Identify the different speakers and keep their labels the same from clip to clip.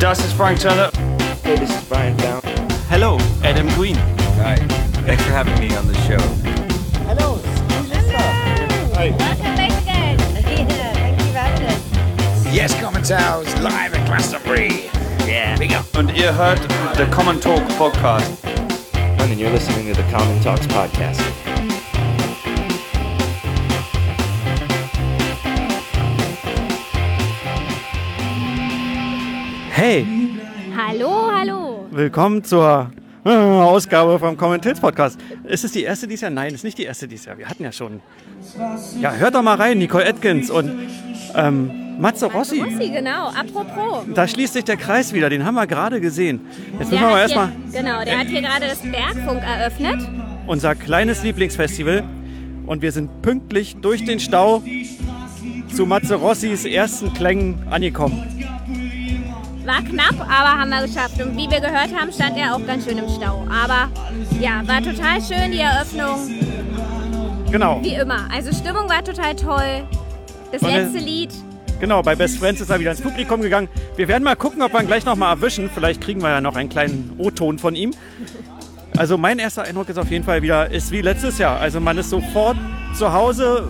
Speaker 1: Das ist Frank Turner.
Speaker 2: Hey, this is Brian Brown.
Speaker 3: Hello, Adam Green.
Speaker 4: Hi. Thanks for having me on the show.
Speaker 2: Hello,
Speaker 5: Hi. Welcome back again. Yeah, thank you for having us.
Speaker 4: Yes, Commons House, live at Glastonbury. Yeah. Big up.
Speaker 1: Und ihr hört The Common Talk Podcast.
Speaker 2: And you're listening to the Common Talks podcast.
Speaker 6: Hey,
Speaker 5: Hallo, hallo.
Speaker 6: willkommen zur äh, Ausgabe vom Common Tales Podcast. Ist es die erste dieses Jahr? Nein, ist nicht die erste dieses Jahr. Wir hatten ja schon. Ja, hört doch mal rein, Nicole Atkins und ähm, Matze Rossi.
Speaker 5: Rossi, genau. Apropos.
Speaker 6: Da schließt sich der Kreis wieder, den haben wir gerade gesehen. Jetzt müssen wir aber
Speaker 5: hat hier,
Speaker 6: erstmal
Speaker 5: genau, der hat hier gerade das Bergfunk eröffnet.
Speaker 6: unser kleines Lieblingsfestival und wir sind pünktlich durch den Stau zu Matze Rossis ersten Klängen angekommen.
Speaker 5: War knapp, aber haben wir geschafft. Und wie wir gehört haben, stand er auch ganz schön im Stau. Aber ja, war total schön, die Eröffnung.
Speaker 6: Genau,
Speaker 5: Wie immer. Also Stimmung war total toll. Das
Speaker 6: Und
Speaker 5: letzte
Speaker 6: es-
Speaker 5: Lied.
Speaker 6: genau, bei Best Friends ist er wieder ins Publikum gegangen. Wir werden mal gucken, ob wir ihn gleich nochmal erwischen. Vielleicht kriegen wir ja noch einen kleinen O-Ton von ihm. Also mein erster Eindruck ist auf jeden Fall wieder, ist wie letztes Jahr. Also man ist sofort zu Hause,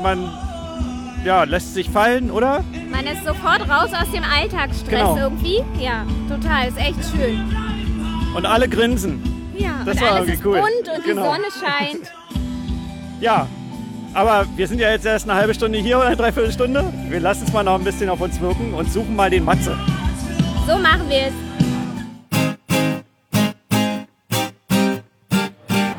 Speaker 6: äh, man ja, lässt sich fallen, oder?
Speaker 5: Man ist sofort raus aus dem Alltagsstress
Speaker 6: Genau.
Speaker 5: irgendwie. Ja, total. Ist echt schön.
Speaker 6: Und alle grinsen.
Speaker 5: Ja,
Speaker 6: Das
Speaker 5: und
Speaker 6: war
Speaker 5: alles
Speaker 6: irgendwie
Speaker 5: ist
Speaker 6: cool.
Speaker 5: bunt und
Speaker 6: Genau.
Speaker 5: die Sonne scheint.
Speaker 6: Ja, aber wir sind ja jetzt erst eine halbe Stunde hier oder eine Dreiviertelstunde. Wir lassen es mal noch ein bisschen auf uns wirken und suchen mal den Matze.
Speaker 5: So machen wir es.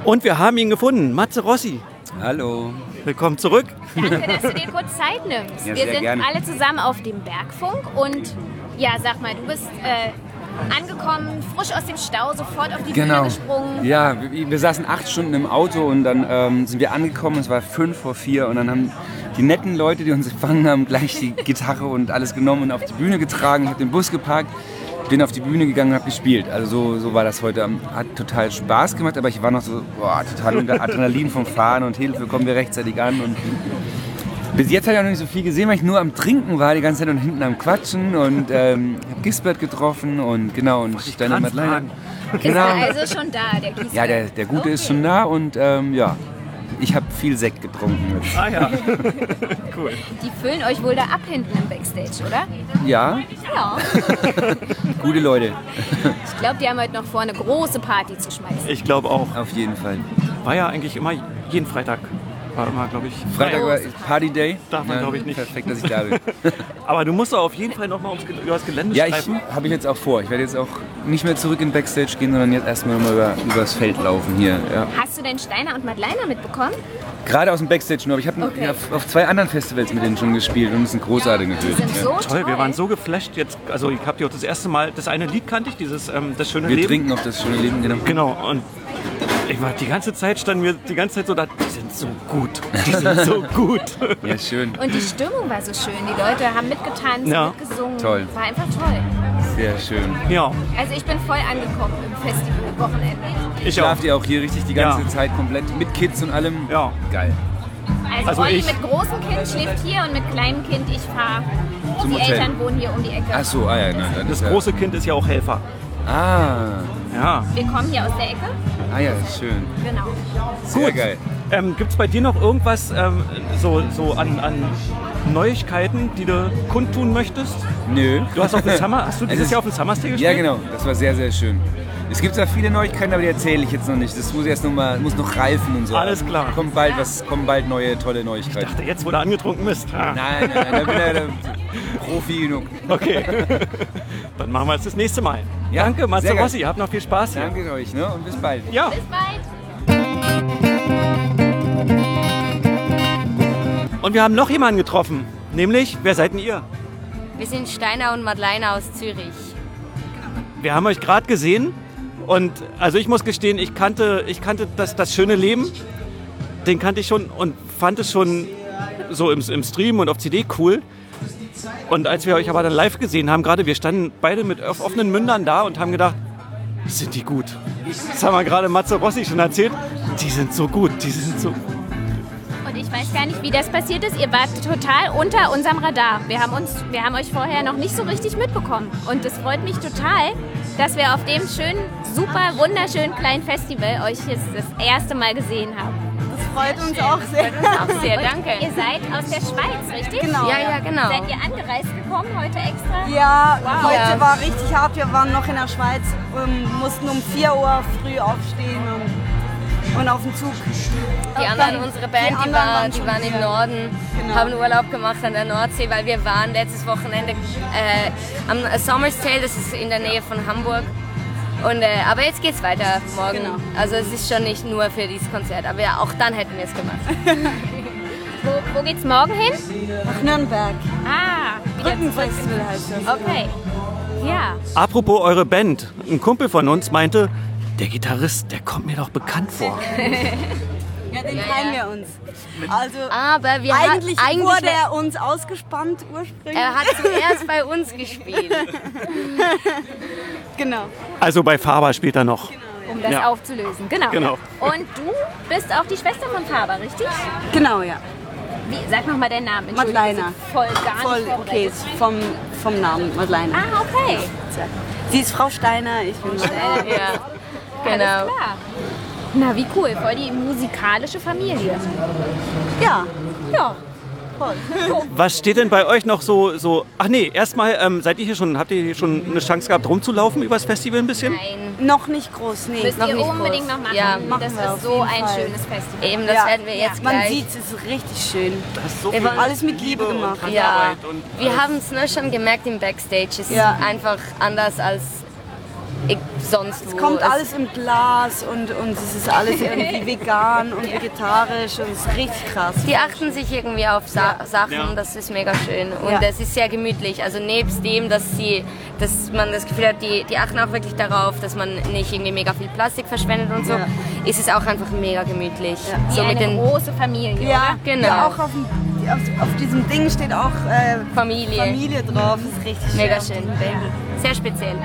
Speaker 6: Und wir haben ihn gefunden, Matze Rossi.
Speaker 4: Hallo.
Speaker 6: Willkommen zurück.
Speaker 5: Danke, dass du dir kurz Zeit nimmst.
Speaker 4: Ja,
Speaker 5: wir
Speaker 4: sehr
Speaker 5: sind
Speaker 4: gerne.
Speaker 5: alle zusammen auf dem Bergfunk und ja, sag mal, du bist äh, angekommen, frisch aus dem Stau, sofort auf die
Speaker 4: Genau.
Speaker 5: Bühne gesprungen.
Speaker 4: Ja, wir, wir saßen acht Stunden im Auto und dann ähm, sind wir angekommen. Es war fünf vor vier und dann haben die netten Leute, die uns gefangen haben, gleich die Gitarre und alles genommen und auf die Bühne getragen. Ich habe den Bus geparkt, bin auf die Bühne gegangen und habe gespielt. Also so, so war das heute. Am- Hat total Spaß gemacht, aber ich war noch so boah, total unter Adrenalin vom Fahren und Hilfe, kommen wir rechtzeitig an und Bis jetzt habe ich auch noch nicht so viel gesehen, weil ich nur am Trinken war die ganze Zeit und hinten am Quatschen und ähm, habe Gisbert getroffen und genau und Steiner Madeleine.
Speaker 5: Ist er
Speaker 4: Genau.
Speaker 5: also schon da, der Kiesel.
Speaker 4: Ja, der, der Gute ist schon da und ähm, ja, ich habe viel Sekt getrunken. Jetzt.
Speaker 6: Ah ja.
Speaker 5: Die füllen euch wohl da ab hinten im Backstage, oder?
Speaker 4: Ja,
Speaker 5: Ja.
Speaker 4: gute Leute,
Speaker 5: Ich glaube, die haben heute noch vor, eine große Party zu schmeißen.
Speaker 6: Ich glaube auch.
Speaker 4: auf jeden Fall.
Speaker 6: War ja eigentlich immer jeden Freitag. War immer, glaube ich.
Speaker 4: Freitag war
Speaker 5: Große
Speaker 4: Party Day.
Speaker 6: Darf man,
Speaker 4: Ja,
Speaker 6: glaub ich, nicht.
Speaker 4: Perfekt, dass ich da bin.
Speaker 6: Aber du musst doch auf jeden Fall nochmal ums Ge- übers Gelände
Speaker 4: Ja, ich
Speaker 6: streifen.
Speaker 4: habe ich jetzt auch vor. Ich werde jetzt auch nicht mehr zurück in Backstage gehen, sondern jetzt erstmal mal über, übers Feld laufen hier. Ja.
Speaker 5: Hast du denn Steiner und Madeleiner mitbekommen?
Speaker 4: Gerade aus dem Backstage nur, aber ich habe
Speaker 5: Okay.
Speaker 4: auf, auf zwei anderen Festivals mit denen schon gespielt und es sind großartige
Speaker 5: Die
Speaker 4: Typen.
Speaker 5: sind so toll.
Speaker 6: Toll, wir waren so geflasht jetzt. Also ich habe dir auch das erste Mal, das eine Lied kannte ich, dieses ähm, Das schöne
Speaker 4: Wir
Speaker 6: Leben.
Speaker 4: trinken auf das schöne Leben, genau.
Speaker 6: Genau, und ich war die ganze Zeit standen wir die ganze Zeit so da, die sind so gut. Die sind so gut.
Speaker 4: Ja, schön.
Speaker 5: Und die Stimmung war so schön. Die Leute haben mitgetanzt,
Speaker 6: Ja.
Speaker 5: mitgesungen.
Speaker 4: Toll.
Speaker 5: War einfach toll.
Speaker 4: Sehr schön.
Speaker 6: ja,
Speaker 5: Also ich bin voll angekommen im Festivalwochenende.
Speaker 6: ich auch.
Speaker 4: Schlaft ihr auch hier richtig die ganze
Speaker 6: Ja.
Speaker 4: Zeit komplett mit Kids und allem?
Speaker 6: Ja.
Speaker 4: Geil.
Speaker 5: Also,
Speaker 6: Also
Speaker 5: Olli
Speaker 6: ich-
Speaker 5: mit großem Kind schläft hier und mit kleinem Kind ich fahre.
Speaker 4: Zum
Speaker 5: Die
Speaker 4: Hotel.
Speaker 5: Eltern wohnen hier um die Ecke.
Speaker 4: Ach so, ah ja, nein, dann
Speaker 6: Das
Speaker 4: ist ja-
Speaker 6: große Kind ist ja auch Helfer.
Speaker 4: Ah,
Speaker 6: Ja.
Speaker 5: Wir kommen hier aus der Ecke.
Speaker 4: ah ja, schön.
Speaker 5: Genau.
Speaker 4: Sehr geil.
Speaker 6: Ähm, Gibt es bei dir noch irgendwas ähm, so, so an, an Neuigkeiten, die du kundtun möchtest?
Speaker 4: Nö.
Speaker 6: Du hast auf dem Summer, hast du
Speaker 4: Es
Speaker 6: dieses
Speaker 4: ist-
Speaker 6: Jahr auf dem Summer Stay gespielt?
Speaker 4: Ja, genau. Das war sehr, sehr schön. Es gibt zwar viele Neuigkeiten, aber die erzähle ich jetzt noch nicht. Das muss erst noch mal, muss noch reifen und so.
Speaker 6: Alles klar.
Speaker 4: Kommt bald was, kommen bald neue, tolle
Speaker 6: Ich
Speaker 4: Neuigkeiten.
Speaker 6: dachte, jetzt, wo du angetrunken bist. Ah,
Speaker 4: Nein, nein, nein, da bin ich der Profi genug.
Speaker 6: Okay. Dann machen wir es das nächste Mal.
Speaker 4: Ja,
Speaker 6: Danke, Matze
Speaker 4: sehr gerne.
Speaker 6: Rossi. Habt noch viel Spaß hier.
Speaker 4: Danke euch, ne? Und bis bald.
Speaker 6: Ja.
Speaker 5: Bis bald.
Speaker 6: Und wir haben noch jemanden getroffen. Nämlich, wer seid denn ihr?
Speaker 7: Wir sind Steiner und Madeleine aus Zürich.
Speaker 6: Wir haben euch gerade gesehen und also ich muss gestehen, ich kannte, ich kannte das, das schöne Leben, den kannte ich schon und fand es schon so im, im Stream und auf CD cool. Und als wir euch aber dann live gesehen haben, gerade wir standen beide mit off- offenen Mündern da und haben gedacht, sind die gut. Das haben wir gerade Matze Rossi schon erzählt. Die sind so gut, die sind so.
Speaker 5: Und ich weiß gar nicht, wie das passiert ist. Ihr wart total unter unserem Radar. Wir haben, uns, wir haben euch vorher noch nicht so richtig mitbekommen. Und es freut mich total, dass wir auf dem schönen, super, wunderschönen kleinen Festival euch jetzt das erste Mal gesehen haben.
Speaker 8: Freut uns auch sehr.
Speaker 7: Auch sehr,
Speaker 5: Ihr
Speaker 7: danke.
Speaker 5: seid aus der Schweiz, richtig?
Speaker 8: Genau.
Speaker 7: Ja, ja, genau.
Speaker 5: Seid ihr angereist gekommen heute extra?
Speaker 8: Ja, heute
Speaker 7: Ja.
Speaker 8: war richtig hart. Wir waren noch in der Schweiz, ähm, mussten um 4 Uhr früh aufstehen und, und auf den Zug.
Speaker 7: Die anderen, unsere Band, die,
Speaker 8: anderen
Speaker 7: war, die
Speaker 8: schon
Speaker 7: waren im
Speaker 8: hier.
Speaker 7: Norden,
Speaker 8: Genau.
Speaker 7: haben Urlaub gemacht an der Nordsee, weil wir waren letztes Wochenende äh, am Sommer's Tale, das ist in der Nähe von Hamburg. Und, äh, aber jetzt geht's weiter morgen.
Speaker 8: Genau.
Speaker 7: Also es ist schon nicht nur für dieses Konzert, aber ja, auch dann hätten wir es gemacht.
Speaker 5: Wo, wo geht's morgen hin?
Speaker 8: Nach Nürnberg.
Speaker 5: Ah, wieder zurück.
Speaker 8: Brückenfestival heißt das.
Speaker 5: Okay. Ja.
Speaker 6: Apropos eure Band. Ein Kumpel von uns meinte, der Gitarrist, der kommt mir doch bekannt vor.
Speaker 8: Ja, den teilen wir uns. Also
Speaker 7: Aber Ah, wir ha-
Speaker 8: eigentlich,
Speaker 7: eigentlich
Speaker 8: wurde er uns ausgespannt ursprünglich.
Speaker 7: er hat zuerst bei uns gespielt.
Speaker 8: genau.
Speaker 6: Also bei Faber später noch.
Speaker 5: um das
Speaker 6: Ja.
Speaker 5: aufzulösen. Genau.
Speaker 6: Genau.
Speaker 5: Und du bist auch die Schwester von Faber, richtig?
Speaker 8: Genau, ja.
Speaker 5: Wie, sag nochmal deinen Namen. Entschuldige,
Speaker 8: Madeleine.
Speaker 5: das ist Voll
Speaker 7: Ah,
Speaker 5: gar
Speaker 8: Voll
Speaker 5: nicht
Speaker 8: okay,
Speaker 5: vorbereitet.
Speaker 8: ist vom, vom Namen Madeleine.
Speaker 5: Ah, okay.
Speaker 8: Sie ist Frau Steiner, ich bin Madeleine.
Speaker 7: ja.
Speaker 5: Alles
Speaker 7: Genau.
Speaker 5: klar. Na, wie cool. Voll die musikalische Familie.
Speaker 8: Ja,
Speaker 5: Ja.
Speaker 6: Was steht denn bei euch noch so? so ach nee, erstmal, ähm, seid ihr hier schon, habt ihr hier schon eine Chance gehabt, rumzulaufen übers Festival ein bisschen?
Speaker 7: Nein.
Speaker 8: noch nicht groß, nee.
Speaker 5: Müsst
Speaker 7: Noch
Speaker 5: ihr
Speaker 7: nicht
Speaker 5: unbedingt
Speaker 7: groß.
Speaker 5: noch machen.
Speaker 7: Ja,
Speaker 8: machen
Speaker 5: das
Speaker 8: wir auf
Speaker 5: ist so
Speaker 8: jeden
Speaker 5: ein
Speaker 8: Fall.
Speaker 5: schönes Festival.
Speaker 7: Eben, das
Speaker 8: Ja.
Speaker 7: werden wir jetzt
Speaker 8: Man
Speaker 7: gleich.
Speaker 8: sieht es, ist richtig schön.
Speaker 6: So
Speaker 7: Wir
Speaker 6: viel
Speaker 7: waren-
Speaker 8: Alles mit Liebe gemacht.
Speaker 7: Ja,
Speaker 6: Handarbeit und
Speaker 7: wir haben es nur schon gemerkt im Backstage. Es
Speaker 8: Ja.
Speaker 7: ist einfach anders als ich sonst wo.
Speaker 8: kommt
Speaker 7: Es-
Speaker 8: alles im Glas und, und es ist alles irgendwie vegan und vegetarisch und es ist richtig krass.
Speaker 7: Die achten sich irgendwie auf Sa Sachen, das ist mega schön. Und
Speaker 8: Ja.
Speaker 7: es ist sehr gemütlich. Also nebst dem, dass, sie, dass man das Gefühl hat, die, die achten auch wirklich darauf, dass man nicht irgendwie mega viel Plastik verschwendet und so,
Speaker 8: Ja.
Speaker 7: ist es auch einfach mega gemütlich.
Speaker 5: Wie
Speaker 7: So mit
Speaker 5: eine
Speaker 7: den
Speaker 5: große Familie.
Speaker 8: Ja,
Speaker 7: Genau.
Speaker 8: Ja, auch auf, dem, auf, auf diesem Ding steht auch äh,
Speaker 7: Familie.
Speaker 8: Familie drauf. Das ist richtig
Speaker 7: Mega
Speaker 8: schön.
Speaker 7: schön. Sehr speziell.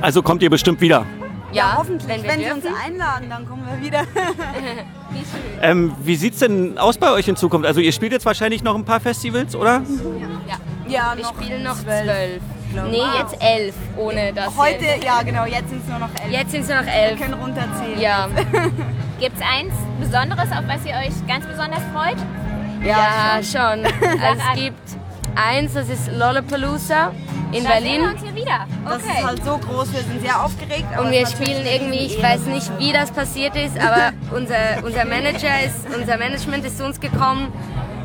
Speaker 6: Also kommt ihr bestimmt wieder.
Speaker 7: Ja,
Speaker 8: Hoffentlich,
Speaker 7: wenn wir
Speaker 8: wenn sie
Speaker 7: dürfen.
Speaker 8: uns einladen, dann kommen wir wieder.
Speaker 6: Ähm, wie sieht's denn aus bei euch in Zukunft? Also ihr spielt jetzt wahrscheinlich noch ein paar Festivals, oder?
Speaker 8: Ja,
Speaker 7: wir
Speaker 8: noch
Speaker 7: spielen noch
Speaker 8: zwölf,
Speaker 7: zwölf.
Speaker 8: glaub ich.
Speaker 7: Nee, jetzt elf, ohne das.
Speaker 8: Heute, ja genau, jetzt sind es nur noch elf.
Speaker 7: Jetzt sind es nur noch
Speaker 8: Wir
Speaker 7: elf.
Speaker 8: können runterzählen.
Speaker 7: Ja.
Speaker 5: Gibt es eins Besonderes, auf was ihr euch ganz besonders freut?
Speaker 7: Ja, schon. Also
Speaker 5: an.
Speaker 7: es gibt eins, das ist Lollapalooza in
Speaker 5: Dann sehen wir
Speaker 7: Berlin.
Speaker 5: uns hier wieder.
Speaker 8: Das
Speaker 5: Okay.
Speaker 8: ist halt so groß, wir sind sehr aufgeregt. aber
Speaker 7: Und wir
Speaker 8: es ist
Speaker 7: spielen
Speaker 8: natürlich
Speaker 7: irgendwie, ich
Speaker 8: eh
Speaker 7: weiß
Speaker 8: eine
Speaker 7: nicht,
Speaker 8: Sache.
Speaker 7: wie das passiert ist, aber unser, unser Manager ist, unser Management ist zu uns gekommen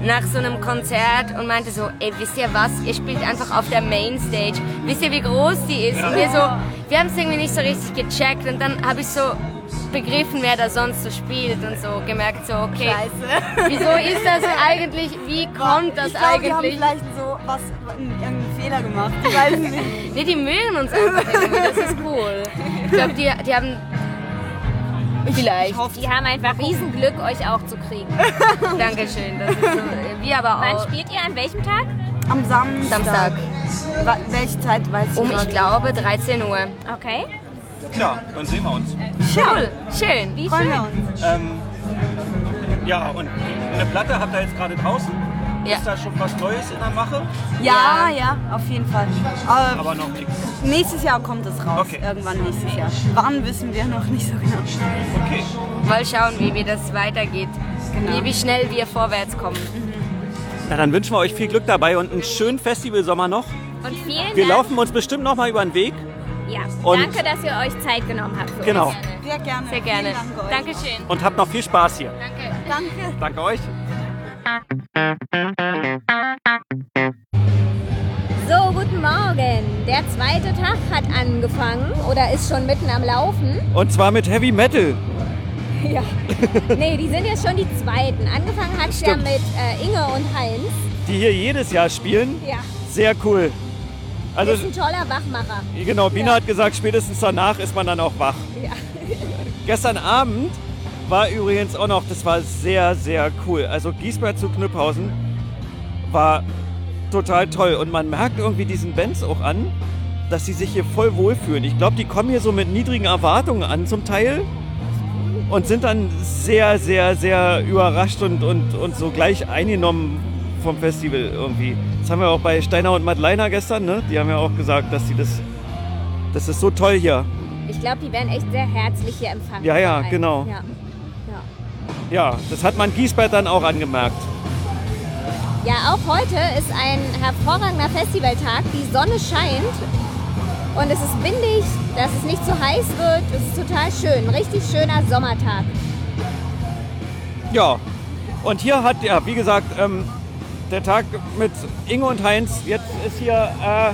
Speaker 7: nach so einem Konzert und meinte so, ey, wisst ihr was, ihr spielt einfach auf der Mainstage. Wisst ihr, wie groß die ist? Und wir so, wir haben es irgendwie nicht so richtig gecheckt und dann habe ich so begriffen, wer da sonst so spielt und so gemerkt so, okay,
Speaker 8: Scheiße.
Speaker 7: wieso ist das eigentlich, wie kommt das
Speaker 8: ich glaub, Wir haben
Speaker 7: eigentlich?
Speaker 8: vielleicht so was, irgendeinen Fehler gemacht. Ich weiß es nicht.
Speaker 7: Nee, die mögen uns einfach irgendwie, das ist cool. Ich glaube, die, die haben vielleicht.
Speaker 8: Ich hoffe,
Speaker 5: Die haben einfach Riesenglück, euch auch zu kriegen.
Speaker 7: Dankeschön. Das ist so, wir aber
Speaker 5: Wann
Speaker 7: auch.
Speaker 5: spielt ihr? An welchem Tag?
Speaker 8: am Samstag.
Speaker 7: Samstag.
Speaker 8: Wa- Welche Zeit weiß ich
Speaker 7: Um,
Speaker 8: gerade
Speaker 7: ich glaube, 13 Uhr.
Speaker 5: Okay.
Speaker 3: Klar, dann sehen wir uns.
Speaker 7: Cool, schön.
Speaker 5: Wie
Speaker 8: nicht. Freuen
Speaker 5: schön.
Speaker 8: wir uns.
Speaker 3: Ähm, ja, und eine Platte habt ihr jetzt gerade draußen.
Speaker 7: Ja.
Speaker 3: Ist da schon was Neues in der Mache?
Speaker 8: Ja, ja, auf jeden Fall. Aber
Speaker 3: Aber noch nichts.
Speaker 8: nächstes Jahr kommt es raus.
Speaker 3: Okay.
Speaker 8: Irgendwann nächstes Jahr. Wann wissen wir noch nicht so genau.
Speaker 3: Okay.
Speaker 7: Mal schauen, wie, wie das weitergeht. Wie, wie schnell wir vorwärts kommen.
Speaker 6: Na, dann wünschen wir euch viel Glück dabei und einen schönen Festivalsommer noch.
Speaker 5: Und vielen
Speaker 6: Wir
Speaker 5: Dank.
Speaker 6: laufen uns bestimmt noch mal über den Weg.
Speaker 5: Ja.
Speaker 6: Und-
Speaker 5: Danke, dass ihr euch Zeit genommen habt. Für
Speaker 6: Genau.
Speaker 8: Sehr gerne.
Speaker 7: Sehr gerne.
Speaker 8: Vielen Dank euch.
Speaker 7: Dankeschön.
Speaker 6: Und habt noch viel Spaß hier.
Speaker 7: Danke.
Speaker 6: Danke euch.
Speaker 5: So, guten Morgen. Der zweite Tag hat angefangen oder ist schon mitten am Laufen.
Speaker 6: Und zwar mit Heavy Metal.
Speaker 5: Ja. nee, die sind jetzt schon die zweiten. Angefangen hat ja mit äh, Inge und Heinz.
Speaker 6: die hier jedes Jahr spielen.
Speaker 5: Ja.
Speaker 6: Sehr cool.
Speaker 5: Ist
Speaker 6: Also
Speaker 5: ein toller Wachmacher.
Speaker 6: genau, Bina hat gesagt, spätestens danach ist man dann auch wach.
Speaker 5: Ja.
Speaker 6: Gestern Abend war übrigens auch noch, das war sehr, sehr cool. Also Giesbert zu Knüpphausen war total toll. Und man merkt irgendwie diesen Bands auch an, dass sie sich hier voll wohlfühlen. Ich glaube, die kommen hier so mit niedrigen Erwartungen an zum Teil. und sind dann sehr, sehr, sehr überrascht und, und, und so gleich eingenommen vom Festival irgendwie. Das haben wir auch bei Steiner und Madleiner gestern, ne? Die haben ja auch gesagt, dass sie das. Das ist so toll hier.
Speaker 5: Ich glaube, die werden echt sehr herzlich hier empfangen.
Speaker 6: Ja, ja,
Speaker 5: von allen.
Speaker 6: genau.
Speaker 5: Ja.
Speaker 6: Ja, das hat man Giesbert dann auch angemerkt.
Speaker 5: Ja, auch heute ist ein hervorragender Festivaltag. Die Sonne scheint und es ist windig, dass es nicht zu heiß wird. Es ist total schön. Richtig schöner Sommertag.
Speaker 6: Ja, und hier hat, ja, wie gesagt, ähm, der Tag mit Inge und Heinz. Jetzt ist hier äh,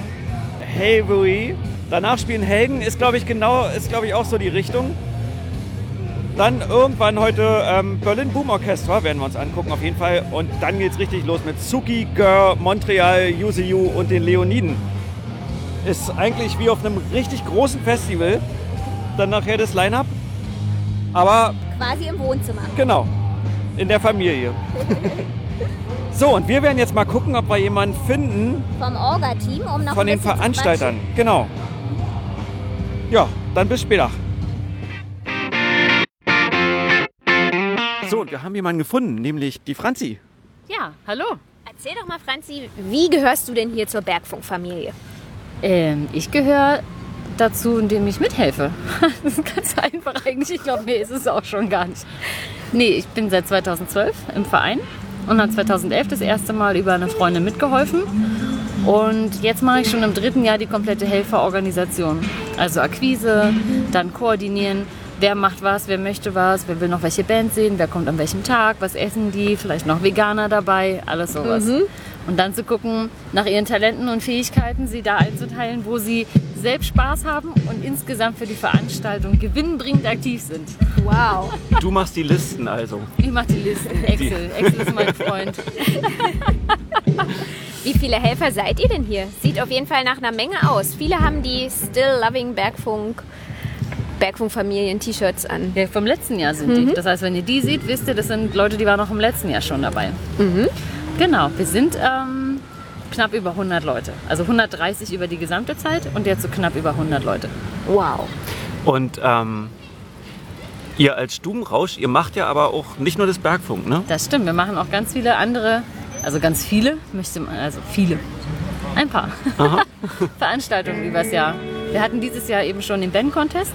Speaker 6: Havery. Danach spielen Helgen, ist glaube ich genau, ist glaube ich auch so die Richtung. Dann irgendwann heute ähm, Berlin Boom Orchestra werden wir uns angucken auf jeden Fall. Und dann geht's richtig los mit Suki, Girl, Montreal, UCU und den Leoniden. Ist eigentlich wie auf einem richtig großen Festival. Dann nachher das Line-Up. Aber
Speaker 5: Quasi im Wohnzimmer.
Speaker 6: Genau, in der Familie. so, und wir werden jetzt mal gucken, ob wir jemanden finden
Speaker 5: Vom Orga-Team, um noch
Speaker 6: von
Speaker 5: ein
Speaker 6: den
Speaker 5: bisschen zu
Speaker 6: Veranstaltern. Genau. Ja, dann bis später. So, und wir haben jemanden gefunden, nämlich die Franzi.
Speaker 9: Ja, hallo.
Speaker 5: quatschen. Erzähl doch mal, Franzi, wie gehörst du denn hier zur Bergfunkfamilie?
Speaker 9: Ähm, ich gehöre dazu, indem ich mithelfe. Das ist ganz einfach eigentlich. Ich glaube, mir ist es auch schon gar nicht. Nee, ich bin seit 2012 im Verein und habe 2011 das erste Mal über eine Freundin mitgeholfen. Und jetzt mache ich schon im dritten Jahr die komplette Helferorganisation. Also Akquise, dann koordinieren, wer macht was, wer möchte was, wer will noch welche Band sehen, wer kommt an welchem Tag, was essen die, vielleicht noch Veganer dabei, alles sowas. Und dann zu gucken, nach ihren Talenten und Fähigkeiten sie da einzuteilen, wo sie selbst Spaß haben und insgesamt für die Veranstaltung gewinnbringend aktiv sind.
Speaker 5: Wow.
Speaker 6: Du machst die Listen also.
Speaker 9: Ich mache die Listen. Excel. Excel ist mein Freund.
Speaker 5: Wie viele Helfer seid ihr denn hier? Sieht auf jeden Fall nach einer Menge aus. Viele haben die Still Loving Bergfunk, Bergfunkfamilien-T-Shirts an.
Speaker 9: Ja, vom letzten Jahr sind die. Das heißt, wenn ihr die seht, wisst ihr, das sind Leute, die waren auch im letzten Jahr schon dabei. Genau, wir sind ähm, knapp über 100 Leute. Also 130 über die gesamte Zeit und jetzt so knapp über 100 Leute.
Speaker 5: Wow.
Speaker 6: Und ähm, ihr als Stubenrausch, ihr macht ja aber auch nicht nur das Bergfunk, ne?
Speaker 9: Das stimmt, wir machen auch ganz viele andere, also ganz viele, möchte man, also viele, ein paar Veranstaltungen übers Jahr. Wir hatten dieses Jahr eben schon den Band-Contest.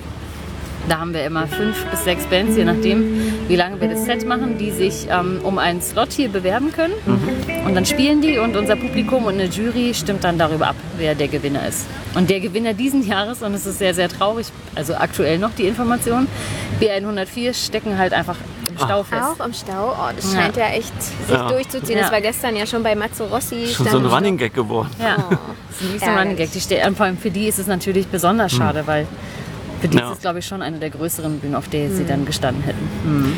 Speaker 9: Da haben wir immer fünf bis sechs Bands, je nachdem, wie lange wir das Set machen, die sich ähm, um einen Slot hier bewerben können. Und dann spielen die und unser Publikum und eine Jury stimmt dann darüber ab, wer der Gewinner ist. Und der Gewinner diesen Jahres, und es ist sehr, sehr traurig, also aktuell noch die Information, B104 stecken halt einfach im Stau fest.
Speaker 5: Auch im Stau. Oh, das scheint ja, echt sich
Speaker 6: Ja.
Speaker 5: durchzuziehen.
Speaker 9: Ja.
Speaker 5: Das war gestern ja schon bei Matzo Rossi.
Speaker 6: Schon
Speaker 5: stand
Speaker 6: so ein
Speaker 5: im
Speaker 6: Running Gag geworden.
Speaker 9: Ja, das ist ein riesen Running Gag. Die steht, und vor allem für die ist es natürlich besonders schade, weil für die
Speaker 6: Ja.
Speaker 9: ist es, glaube ich, schon eine der größeren Bühnen, auf der sie dann gestanden hätten.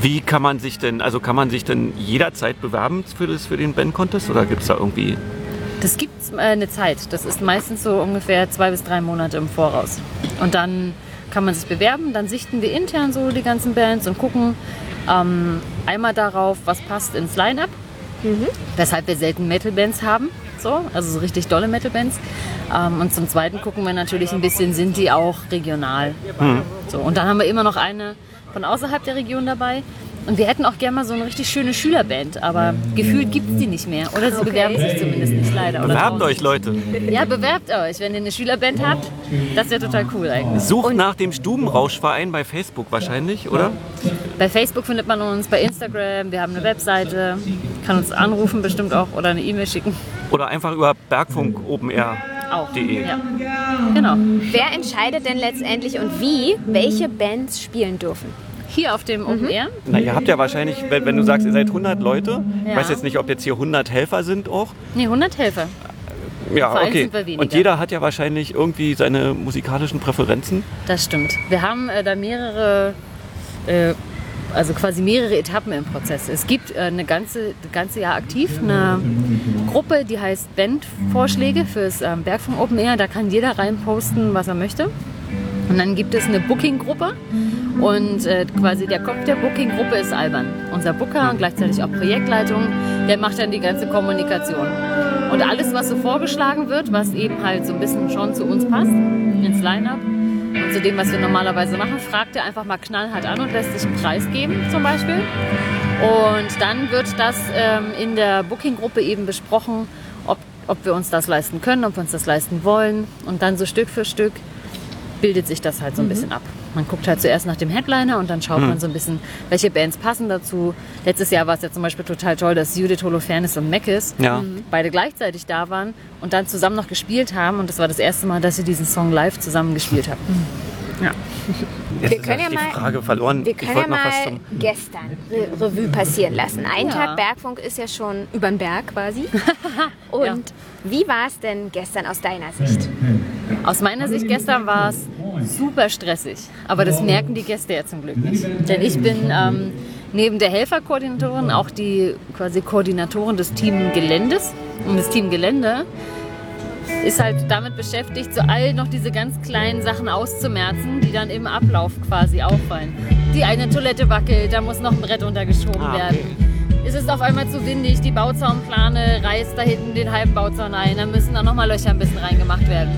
Speaker 6: Wie kann man sich denn, also kann man sich denn jederzeit bewerben für, das, für den Band Contest oder gibt es da irgendwie
Speaker 9: Das gibt äh, eine Zeit. Das ist meistens so ungefähr zwei bis drei Monate im Voraus. Und dann kann man sich bewerben. Dann sichten wir intern so die ganzen Bands und gucken ähm, einmal darauf, was passt ins Line-Up. Weshalb wir selten Metal-Bands haben. So, also so richtig dolle Metal-Bands. Ähm, und zum Zweiten gucken wir natürlich ein bisschen, sind die auch regional.
Speaker 6: Mhm.
Speaker 9: So, und dann haben wir immer noch eine von außerhalb der Region dabei. Und wir hätten auch gerne mal so eine richtig schöne Schülerband, aber gefühlt gibt es die nicht mehr. Oder sie bewerben sich zumindest nicht, leider. Oder
Speaker 6: Bewerbt
Speaker 9: trauen
Speaker 6: euch, Leute.
Speaker 9: sich- Ja, bewerbt euch. Wenn ihr eine Schülerband habt, das wäre total cool eigentlich.
Speaker 6: Sucht nach dem Stubenrauschverein bei Facebook wahrscheinlich, oder?
Speaker 9: Bei Facebook findet man uns, bei Instagram, wir haben eine Webseite, kann uns anrufen bestimmt auch oder eine E-Mail schicken.
Speaker 6: Oder einfach über Bergfunk Open Air.
Speaker 9: Auch.
Speaker 6: De.
Speaker 9: Ja. Genau.
Speaker 5: Stau. Wer entscheidet denn letztendlich und wie, welche Bands spielen dürfen?
Speaker 9: Hier auf dem Open Air.
Speaker 6: Na, ihr habt ja wahrscheinlich, wenn, wenn du sagst, ihr seid 100 Leute, ich
Speaker 9: Ja.
Speaker 6: weiß jetzt nicht, ob jetzt hier 100 Helfer sind auch.
Speaker 9: Nee, 100 Helfer.
Speaker 6: Ja,
Speaker 9: Vor allem
Speaker 6: okay.
Speaker 9: sind wir weniger.
Speaker 6: Und jeder hat ja wahrscheinlich irgendwie seine musikalischen Präferenzen.
Speaker 9: Das stimmt. Wir haben äh, da mehrere, äh, also quasi mehrere Etappen im Prozess. Es gibt äh, eine ganze, das ganze Jahr aktiv eine Gruppe, die heißt Bandvorschläge fürs ähm, Bergfunk Open Air. Da kann jeder rein posten, was er möchte. Und dann gibt es eine Booking-Gruppe und äh, quasi der Kopf der Booking-Gruppe ist Alban. Unser Booker und gleichzeitig auch Projektleitung, der macht dann die ganze Kommunikation. Und alles, was so vorgeschlagen wird, was eben halt so ein bisschen schon zu uns passt, ins Line-Up, Und zu dem, was wir normalerweise machen, fragt er einfach mal knallhart an und lässt sich einen Preis geben, zum Beispiel. Und dann wird das ähm, in der Booking-Gruppe eben besprochen, ob, ob wir uns das leisten können, ob wir uns das leisten wollen. Und dann so Stück für Stück bildet sich das halt so ein bisschen ab. Man guckt halt zuerst nach dem Headliner und dann schaut man so ein bisschen, welche Bands passen dazu. Letztes Jahr war es ja zum Beispiel total toll, dass Judith Holofernes und Meckes
Speaker 6: Ja.
Speaker 9: beide gleichzeitig da waren und dann zusammen noch gespielt haben. Und das war das erste Mal, dass sie diesen Song live zusammen gespielt haben.
Speaker 6: Jetzt
Speaker 5: Wir
Speaker 6: ist
Speaker 5: können
Speaker 6: eigentlich
Speaker 5: ja
Speaker 6: die
Speaker 5: mal-
Speaker 6: Frage verloren.
Speaker 5: Wir
Speaker 6: ich
Speaker 5: können ja
Speaker 6: wollte noch was
Speaker 5: mal
Speaker 6: zum.
Speaker 5: gestern Re Revue passieren lassen. Ein
Speaker 9: Ja.
Speaker 5: Tag Bergfunk ist ja schon über den Berg quasi. Und wie war es denn gestern aus deiner Sicht?
Speaker 9: Aus meiner Sicht gestern war es super stressig, aber das merken die Gäste ja zum Glück nicht. Denn ich bin ähm, neben der Helferkoordinatorin auch die quasi Koordinatorin des Team Geländes. Und das Team Gelände ist halt damit beschäftigt, so all noch diese ganz kleinen Sachen auszumerzen, die dann im Ablauf quasi auffallen. Die eine Toilette wackelt, da muss noch ein Brett untergeschoben
Speaker 6: Ah, okay.
Speaker 9: werden. Es ist auf einmal zu windig, die Bauzaunplane reißt da hinten den halben Bauzaun ein, da müssen dann nochmal Löcher ein bisschen reingemacht werden.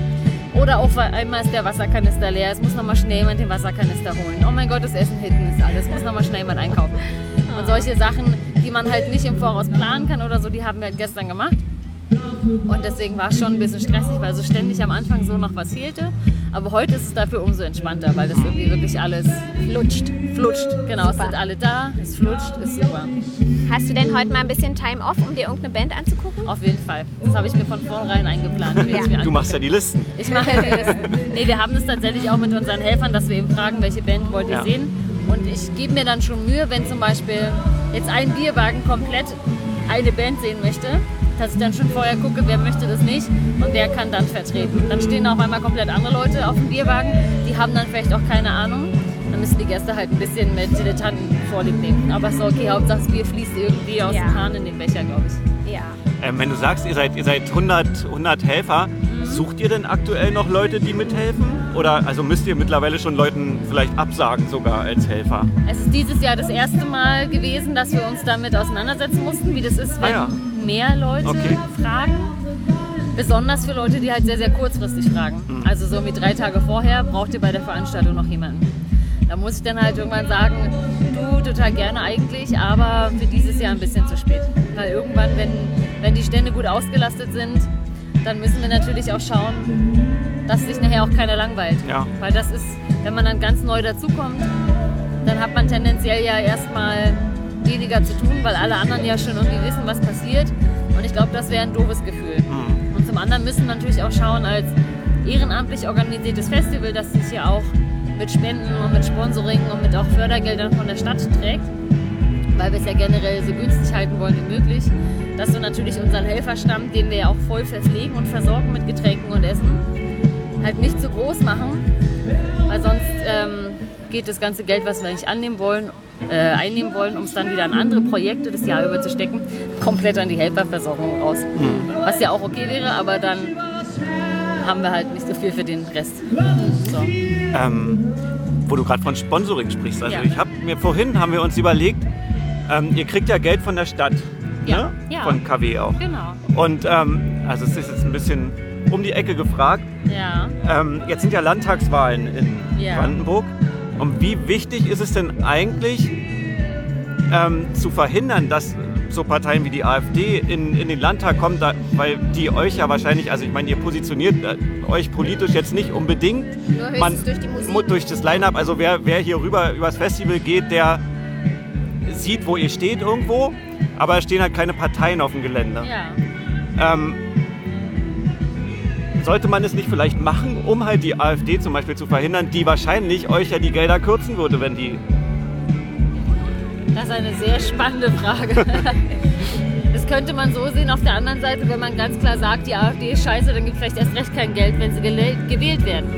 Speaker 9: Oder auf einmal ist der Wasserkanister leer, es muss nochmal schnell jemand den Wasserkanister holen. Oh mein Gott, das Essen hinten ist alles, muss nochmal schnell jemand einkaufen. Und solche Sachen, die man halt nicht im Voraus planen kann oder so, die haben wir halt gestern gemacht. Und deswegen war es schon ein bisschen stressig, weil so ständig am Anfang so noch was fehlte. Aber heute ist es dafür umso entspannter, weil das irgendwie wirklich alles flutscht. Flutscht, genau. Es sind alle da, es flutscht, ist super.
Speaker 5: Hast du denn heute mal ein bisschen Time off, um dir irgendeine Band anzugucken?
Speaker 9: Auf jeden Fall. Das habe ich mir von vornherein eingeplant. wie ich es mir
Speaker 6: Du machst ja die Listen.
Speaker 9: Ich mache das. Nee, wir haben das tatsächlich auch mit unseren Helfern, dass wir eben fragen, welche Band wollt ihr
Speaker 6: Ja.
Speaker 9: sehen. Und ich gebe mir dann schon Mühe, wenn zum Beispiel jetzt ein Bierwagen komplett eine Band sehen möchte, dass ich dann schon vorher gucke, wer möchte das nicht und wer kann dann vertreten. Dann stehen auf einmal komplett andere Leute auf dem Bierwagen, die haben dann vielleicht auch keine Ahnung. Dann müssen die Gäste halt ein bisschen mit Dilettanten vorlieb nehmen. Aber so, okay, Hauptsache das Bier fließt irgendwie aus
Speaker 5: Ja.
Speaker 9: dem Hahn in den Becher, glaube ich.
Speaker 5: Ja.
Speaker 6: Ähm, wenn du sagst, ihr seid, ihr seid 100, 100 Helfer, sucht ihr denn aktuell noch Leute, die mithelfen? Oder also müsst ihr mittlerweile schon Leuten vielleicht absagen sogar als Helfer?
Speaker 9: Es ist dieses Jahr das erste Mal gewesen, dass wir uns damit auseinandersetzen mussten, wie das ist, wenn
Speaker 6: Ah ja.
Speaker 9: mehr Leute
Speaker 6: Okay.
Speaker 9: fragen. Besonders für Leute, die halt sehr, sehr kurzfristig fragen.
Speaker 6: Mhm.
Speaker 9: Also so wie drei Tage vorher braucht ihr bei der Veranstaltung noch jemanden. Da muss ich dann halt irgendwann sagen, du total gerne eigentlich, aber für dieses Jahr ein bisschen zu spät. Weil irgendwann, wenn, wenn die Stände gut ausgelastet sind, dann müssen wir natürlich auch schauen, dass sich nachher auch keiner langweilt.
Speaker 6: Ja.
Speaker 9: Weil das ist, wenn man dann ganz neu dazukommt, dann hat man tendenziell ja erstmal weniger zu tun, weil alle anderen ja schon irgendwie wissen, was passiert. Und ich glaube, das wäre ein doofes Gefühl. Und zum anderen müssen wir natürlich auch schauen, als ehrenamtlich organisiertes Festival, dass sich ja auch mit Spenden und mit Sponsoring und mit auch Fördergeldern von der Stadt trägt, weil wir es ja generell so günstig halten wollen wie möglich, dass wir natürlich unseren Helferstamm, den wir ja auch voll verpflegen und versorgen mit Getränken und Essen, halt nicht zu groß machen, weil sonst ähm, geht das ganze Geld, was wir eigentlich annehmen wollen, äh, einnehmen wollen, um es dann wieder an andere Projekte das Jahr über zu stecken, komplett an die Helferversorgung raus. Was ja auch okay wäre, aber dann haben wir halt nicht so viel für den Rest. So.
Speaker 6: Ähm, wo du gerade von Sponsoring sprichst. Also
Speaker 9: Ja.
Speaker 6: ich habe mir vorhin haben wir uns überlegt, ähm, ihr kriegt ja Geld von der Stadt.
Speaker 9: Ja,
Speaker 6: Ne?
Speaker 9: ja.
Speaker 6: Von KW auch.
Speaker 9: Genau.
Speaker 6: Und ähm, also es ist jetzt ein bisschen um die Ecke gefragt.
Speaker 9: Ja.
Speaker 6: Ähm, jetzt sind ja Landtagswahlen in
Speaker 9: Ja.
Speaker 6: Brandenburg. Und wie wichtig ist es denn eigentlich ähm, zu verhindern, dass so Parteien wie die AfD in, in den Landtag kommen, da, weil die euch ja wahrscheinlich, also ich meine, ihr positioniert äh, euch politisch jetzt nicht unbedingt.
Speaker 5: Nur höchstens durch die Musik.
Speaker 6: mu- Durch das Line-Up, also wer, wer hier rüber übers Festival geht, der sieht, wo ihr steht irgendwo, aber es stehen halt keine Parteien auf dem Gelände.
Speaker 9: Ja.
Speaker 6: Ähm, sollte man es nicht vielleicht machen, um halt die AfD zum Beispiel zu verhindern, die wahrscheinlich euch ja die Gelder kürzen würde, wenn die.
Speaker 9: Das ist eine sehr spannende Frage. Das könnte man so sehen. Auf der anderen Seite, wenn man ganz klar sagt, die AfD ist scheiße, dann gibt es vielleicht erst recht kein Geld, wenn sie gele- gewählt werden.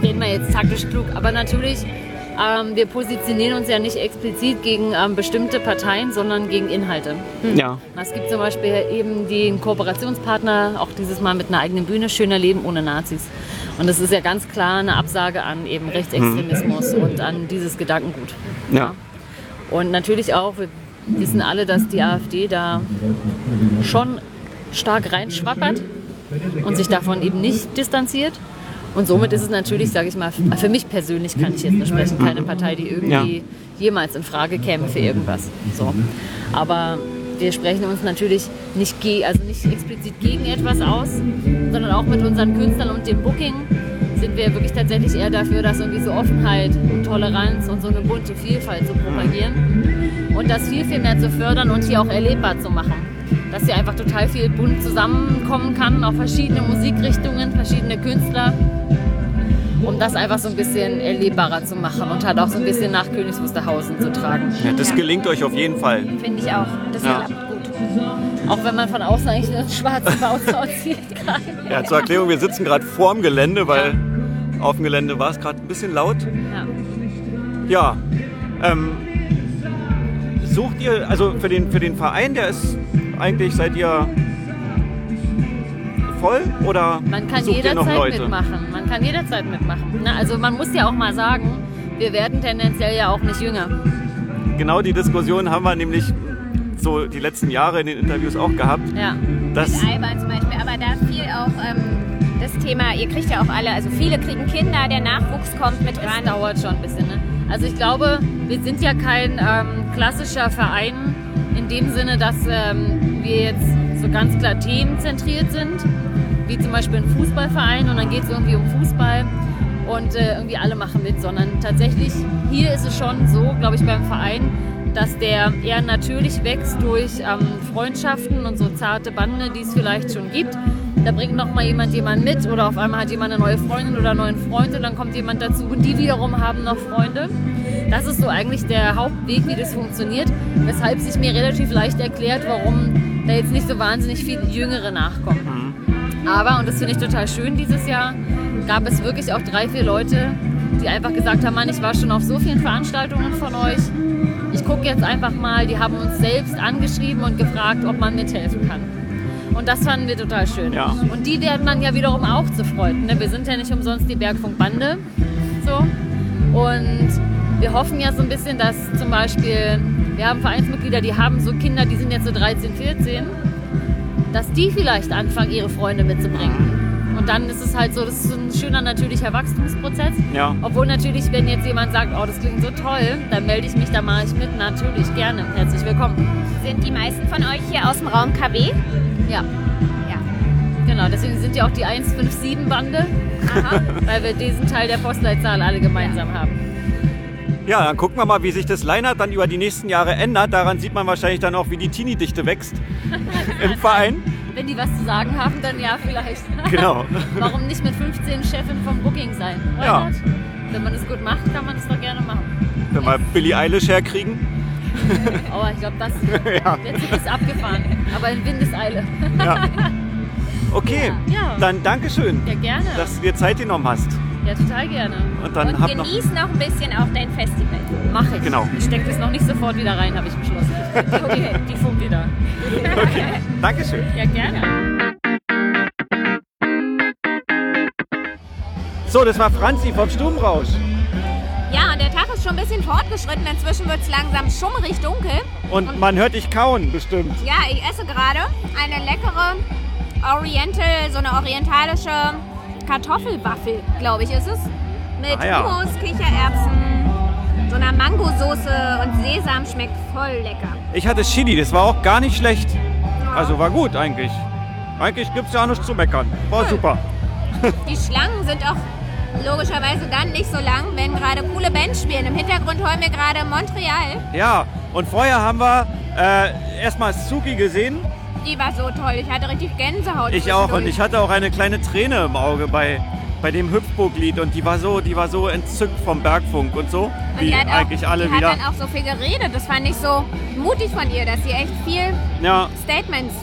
Speaker 9: Reden wir jetzt taktisch klug. Aber natürlich, ähm, wir positionieren uns ja nicht explizit gegen ähm, bestimmte Parteien, sondern gegen Inhalte.
Speaker 6: Hm. Ja.
Speaker 9: Es gibt zum Beispiel eben den Kooperationspartner, auch dieses Mal mit einer eigenen Bühne, Schöner Leben ohne Nazis. Und das ist ja ganz klar eine Absage an eben Rechtsextremismus und an dieses Gedankengut.
Speaker 6: Ja.
Speaker 9: Und natürlich auch, wir wissen alle, dass die AfD da schon stark reinschwappert und sich davon eben nicht distanziert. Und somit ist es natürlich, sage ich mal, für mich persönlich kann ich jetzt nicht sprechen, keine Partei, die irgendwie
Speaker 6: Ja.
Speaker 9: jemals in Frage käme für irgendwas. So. Aber wir sprechen uns natürlich nicht, ge also nicht explizit gegen etwas aus, sondern auch mit unseren Künstlern und dem Booking sind wir wirklich tatsächlich eher dafür, dass irgendwie so Offenheit und Toleranz und so eine bunte Vielfalt zu propagieren und das viel, viel mehr zu fördern und hier auch erlebbar zu machen. Dass hier einfach total viel bunt zusammenkommen kann, auch verschiedene Musikrichtungen, verschiedene Künstler um das einfach so ein bisschen erlebbarer zu machen und halt auch so ein bisschen nach Königs Wusterhausen zu tragen.
Speaker 6: Ja, das gelingt euch auf jeden Fall.
Speaker 5: Finde ich auch. Das
Speaker 6: Ja.
Speaker 5: klappt gut.
Speaker 9: Auch wenn man von außen eigentlich einen schwarzen Bauzau sieht gerade.
Speaker 6: Ja, zur Erklärung, wir sitzen gerade vorm Gelände, weil auf dem Gelände war es gerade ein bisschen laut.
Speaker 9: Ja.
Speaker 6: Ja. Ähm, sucht ihr, also für den, für den Verein, der ist eigentlich, seid ihr voll oder
Speaker 9: Man kann
Speaker 6: sucht ihr noch
Speaker 9: jederzeit
Speaker 6: Leute?
Speaker 9: mitmachen. Man kann jederzeit mitmachen. Na, also man muss ja auch mal sagen, wir werden tendenziell ja auch nicht jünger.
Speaker 6: Genau die Diskussion haben wir nämlich so die letzten Jahre in den Interviews auch gehabt.
Speaker 9: Ja.
Speaker 6: Dass,
Speaker 5: Mit Alba zum Beispiel, aber da viel auch ähm, das Thema, ihr kriegt ja auch alle, also viele kriegen Kinder, der Nachwuchs kommt mit
Speaker 9: Es
Speaker 5: ran.
Speaker 9: dauert schon ein bisschen. Ne? Also ich glaube, wir sind ja kein ähm, klassischer Verein in dem Sinne, dass ähm, wir jetzt so ganz klar themenzentriert sind, wie zum Beispiel ein Fußballverein und dann geht es irgendwie um Fußball und äh, irgendwie alle machen mit, sondern tatsächlich hier ist es schon so, glaube ich, beim Verein, dass der eher natürlich wächst durch ähm, Freundschaften und so zarte Bande, die es vielleicht schon gibt. Da bringt noch mal jemand jemanden mit oder auf einmal hat jemand eine neue Freundin oder einen neuen Freund und dann kommt jemand dazu und die wiederum haben noch Freunde. Das ist so eigentlich der Hauptweg, wie das funktioniert, weshalb sich mir relativ leicht erklärt, warum da jetzt nicht so wahnsinnig viele Jüngere nachkommen. Aber, und das finde ich total schön dieses Jahr, gab es wirklich auch drei, vier Leute, die einfach gesagt haben, Mann, ich war schon auf so vielen Veranstaltungen von euch. Ich gucke jetzt einfach mal, die haben uns selbst angeschrieben und gefragt, ob man mithelfen kann. Und das fanden wir total schön.
Speaker 6: Ja.
Speaker 9: Und die werden man ja wiederum auch zu freuen. Ne? Wir sind ja nicht umsonst die Bergfunkbande. So. Und wir hoffen ja so ein bisschen, dass zum Beispiel, wir haben Vereinsmitglieder, die haben so Kinder, die sind jetzt so 13, 14 dass die vielleicht anfangen, ihre Freunde mitzubringen. Und dann ist es halt so, das ist so ein schöner natürlicher Wachstumsprozess.
Speaker 6: Ja.
Speaker 9: Obwohl natürlich, wenn jetzt jemand sagt, oh, das klingt so toll, dann melde ich mich, da mache ich mit. Natürlich, gerne. Herzlich willkommen.
Speaker 5: Sind die meisten von euch hier aus dem Raum KW?
Speaker 9: Ja,
Speaker 5: Ja.
Speaker 9: genau. Deswegen sind ja auch die 157-Bande, weil wir diesen Teil der Postleitzahl alle gemeinsam haben.
Speaker 6: Ja, dann gucken wir mal, wie sich das Line-Up dann über die nächsten Jahre ändert. Daran sieht man wahrscheinlich dann auch, wie die Teenie-Dichte wächst im Verein.
Speaker 9: Wenn die was zu sagen haben, dann ja, vielleicht.
Speaker 6: Genau.
Speaker 9: Warum nicht mit 15 Chefin vom Booking sein? Why
Speaker 6: Ja.
Speaker 9: not? Wenn man es gut macht, kann man es doch gerne machen.
Speaker 6: Wenn wir Billie Eilish herkriegen.
Speaker 9: Aber ich glaube, das der Zug ist abgefahren. Aber in Windeseile.
Speaker 6: Okay,
Speaker 9: Ja.
Speaker 6: dann Dankeschön,
Speaker 9: Ja, gerne.
Speaker 6: dass du dir Zeit genommen hast.
Speaker 9: ja, total gerne.
Speaker 6: Und dann
Speaker 5: Und
Speaker 6: hab noch.
Speaker 5: genieß noch ein bisschen auch dein Festival.
Speaker 9: Mache ich.
Speaker 6: Genau.
Speaker 9: Ich stecke das noch nicht sofort wieder rein, habe ich beschlossen. Okay, die funkt wieder.
Speaker 6: Dankeschön.
Speaker 9: Ja, gerne.
Speaker 6: So, das war Franzi vom Sturmrausch.
Speaker 5: Ja, und der Tag ist schon ein bisschen fortgeschritten. Inzwischen wird es langsam schummrig dunkel.
Speaker 6: Und man hört dich kauen, bestimmt.
Speaker 5: Ja, ich esse gerade eine leckere Oriental, so eine orientalische Kartoffelwaffel, glaube ich, ist es. Mit
Speaker 6: Ah, ja.
Speaker 5: Hummus, Kichererbsen, so einer Mangosoße und Sesam schmeckt voll lecker.
Speaker 6: Ich hatte Chili, das war auch gar nicht schlecht. Also war gut eigentlich. Eigentlich gibt's ja nichts zu meckern. War super.
Speaker 5: Die Schlangen sind auch logischerweise dann nicht so lang, wenn gerade coole Bands spielen. Im Hintergrund hören wir gerade Montreal.
Speaker 6: Ja, und vorher haben wir äh, erstmal Suki gesehen.
Speaker 5: Die war so toll. Ich hatte richtig Gänsehaut.
Speaker 6: Ich auch. Und
Speaker 5: zwischendurch.
Speaker 6: ich hatte auch eine kleine Träne im Auge bei, bei dem Hüpfburg-Lied. Und die war so, die war so entzückt vom Bergfunk und so.
Speaker 5: Und
Speaker 6: Wie
Speaker 5: die hat auch,
Speaker 6: eigentlich alle
Speaker 5: die
Speaker 6: wieder.
Speaker 5: hat dann auch so viel geredet. Das fand ich so mutig von ihr, dass sie echt viel
Speaker 6: Ja,
Speaker 5: Statements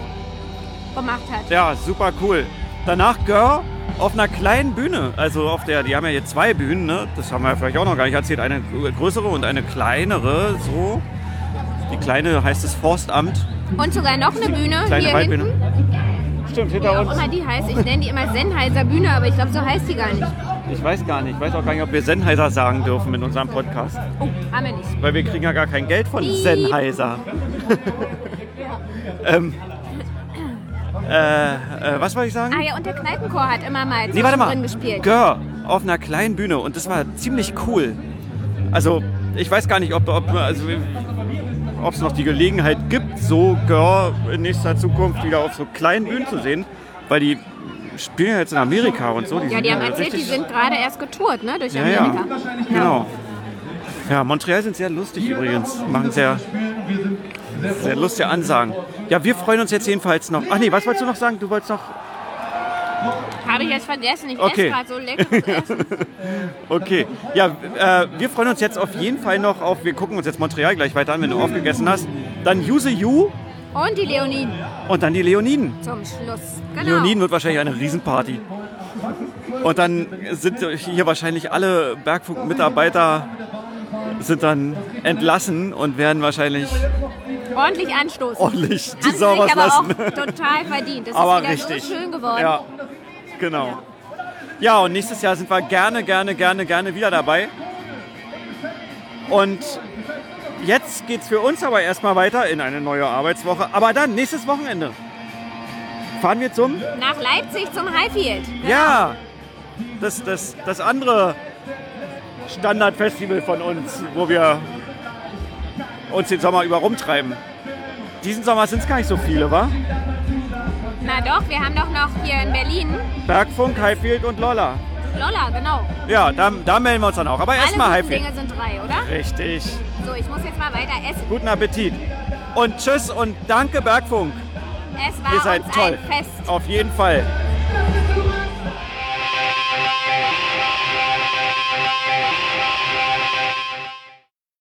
Speaker 5: gemacht hat.
Speaker 6: ja, super cool. Danach Girl auf einer kleinen Bühne. Also auf der, die haben ja hier zwei Bühnen, ne? Das haben wir ja vielleicht auch noch gar nicht erzählt. Eine größere und eine kleinere, so. Die kleine heißt das Forstamt.
Speaker 5: Und sogar noch eine Bühne
Speaker 6: Kleine
Speaker 5: hier
Speaker 6: Waldbühne.
Speaker 5: hinten,
Speaker 6: Stimmt,
Speaker 5: wie
Speaker 6: hinter
Speaker 5: auch
Speaker 6: uns.
Speaker 5: immer die heißt. Ich nenne die immer Sennheiser Bühne, aber ich glaube, so heißt die gar nicht.
Speaker 6: Ich weiß gar nicht. Ich weiß auch gar nicht, ob wir Sennheiser sagen dürfen in unserem Podcast.
Speaker 5: Oh, haben wir nicht.
Speaker 6: Weil wir kriegen ja gar kein Geld von Sennheiser. ähm, Äh, äh, was wollte ich sagen?
Speaker 5: Ah ja, und der Kneipenchor hat immer mal
Speaker 6: Nee, warte mal.
Speaker 5: zwischendrin gespielt.
Speaker 6: Gör auf einer kleinen Bühne und das war ziemlich cool. Also, ich weiß gar nicht, ob ob also, ob es noch die Gelegenheit gibt, so Gör in nächster Zukunft wieder auf so kleinen Bühnen zu sehen, weil die spielen ja jetzt in Amerika und so.
Speaker 5: ja, die haben erzählt, die sind gerade erst getourt, ne, durch
Speaker 6: Ja, ja.
Speaker 5: Amerika.
Speaker 6: Genau. Ja, Montreal sind sehr lustig übrigens. Machen sehr, sehr lustige Ansagen. Ja, wir freuen uns jetzt jedenfalls noch. Ach nee, was wolltest du noch sagen? Du wolltest noch.
Speaker 5: Habe ich jetzt vergessen, ich
Speaker 6: Okay.
Speaker 5: esse gerade so leckeres Essen.
Speaker 6: Okay. Ja, äh, wir freuen uns jetzt auf jeden Fall noch auf. Wir gucken uns jetzt Montreal gleich weiter an, wenn du aufgegessen hast. Dann Use You
Speaker 5: Und die Leoniden
Speaker 6: und dann die Leoniden.
Speaker 5: zum Schluss. Genau.
Speaker 6: Leoniden wird wahrscheinlich eine Riesenparty. Und dann sind hier wahrscheinlich alle Bergfunk-Mitarbeiter sind dann entlassen und werden wahrscheinlich
Speaker 5: Ordentlich anstoßen.
Speaker 6: ordentlich die
Speaker 5: Haben sie
Speaker 6: Sau
Speaker 5: sich aber auch
Speaker 6: rauslassen.
Speaker 5: total verdient. Das
Speaker 6: Aber
Speaker 5: ist wieder
Speaker 6: richtig.
Speaker 5: so schön geworden.
Speaker 6: Ja, genau. Ja, und nächstes Jahr sind wir gerne, gerne, gerne, gerne wieder dabei. Und jetzt geht's für uns aber erstmal weiter in eine neue Arbeitswoche. Aber dann, nächstes Wochenende. Fahren wir zum?
Speaker 5: Nach Leipzig zum Highfield.
Speaker 6: Ja! Das, das, das andere Standardfestival von uns, wo wir uns den Sommer über rumtreiben. Diesen Sommer sind es gar nicht so viele, wa?
Speaker 5: Na doch, wir haben doch noch hier in Berlin
Speaker 6: Bergfunk, Highfield und Lolla.
Speaker 5: Lolla, genau.
Speaker 6: Ja, da, da melden wir uns dann auch. Aber erstmal
Speaker 5: Alle guten
Speaker 6: Highfield.
Speaker 5: Dinge sind drei, oder?
Speaker 6: Richtig.
Speaker 5: So, ich muss jetzt mal weiter essen.
Speaker 6: Guten Appetit. Und tschüss und danke Bergfunk.
Speaker 5: Es
Speaker 6: Ihr
Speaker 5: war
Speaker 6: seid
Speaker 5: uns
Speaker 6: toll.
Speaker 5: ein Fest.
Speaker 6: Auf jeden Fall.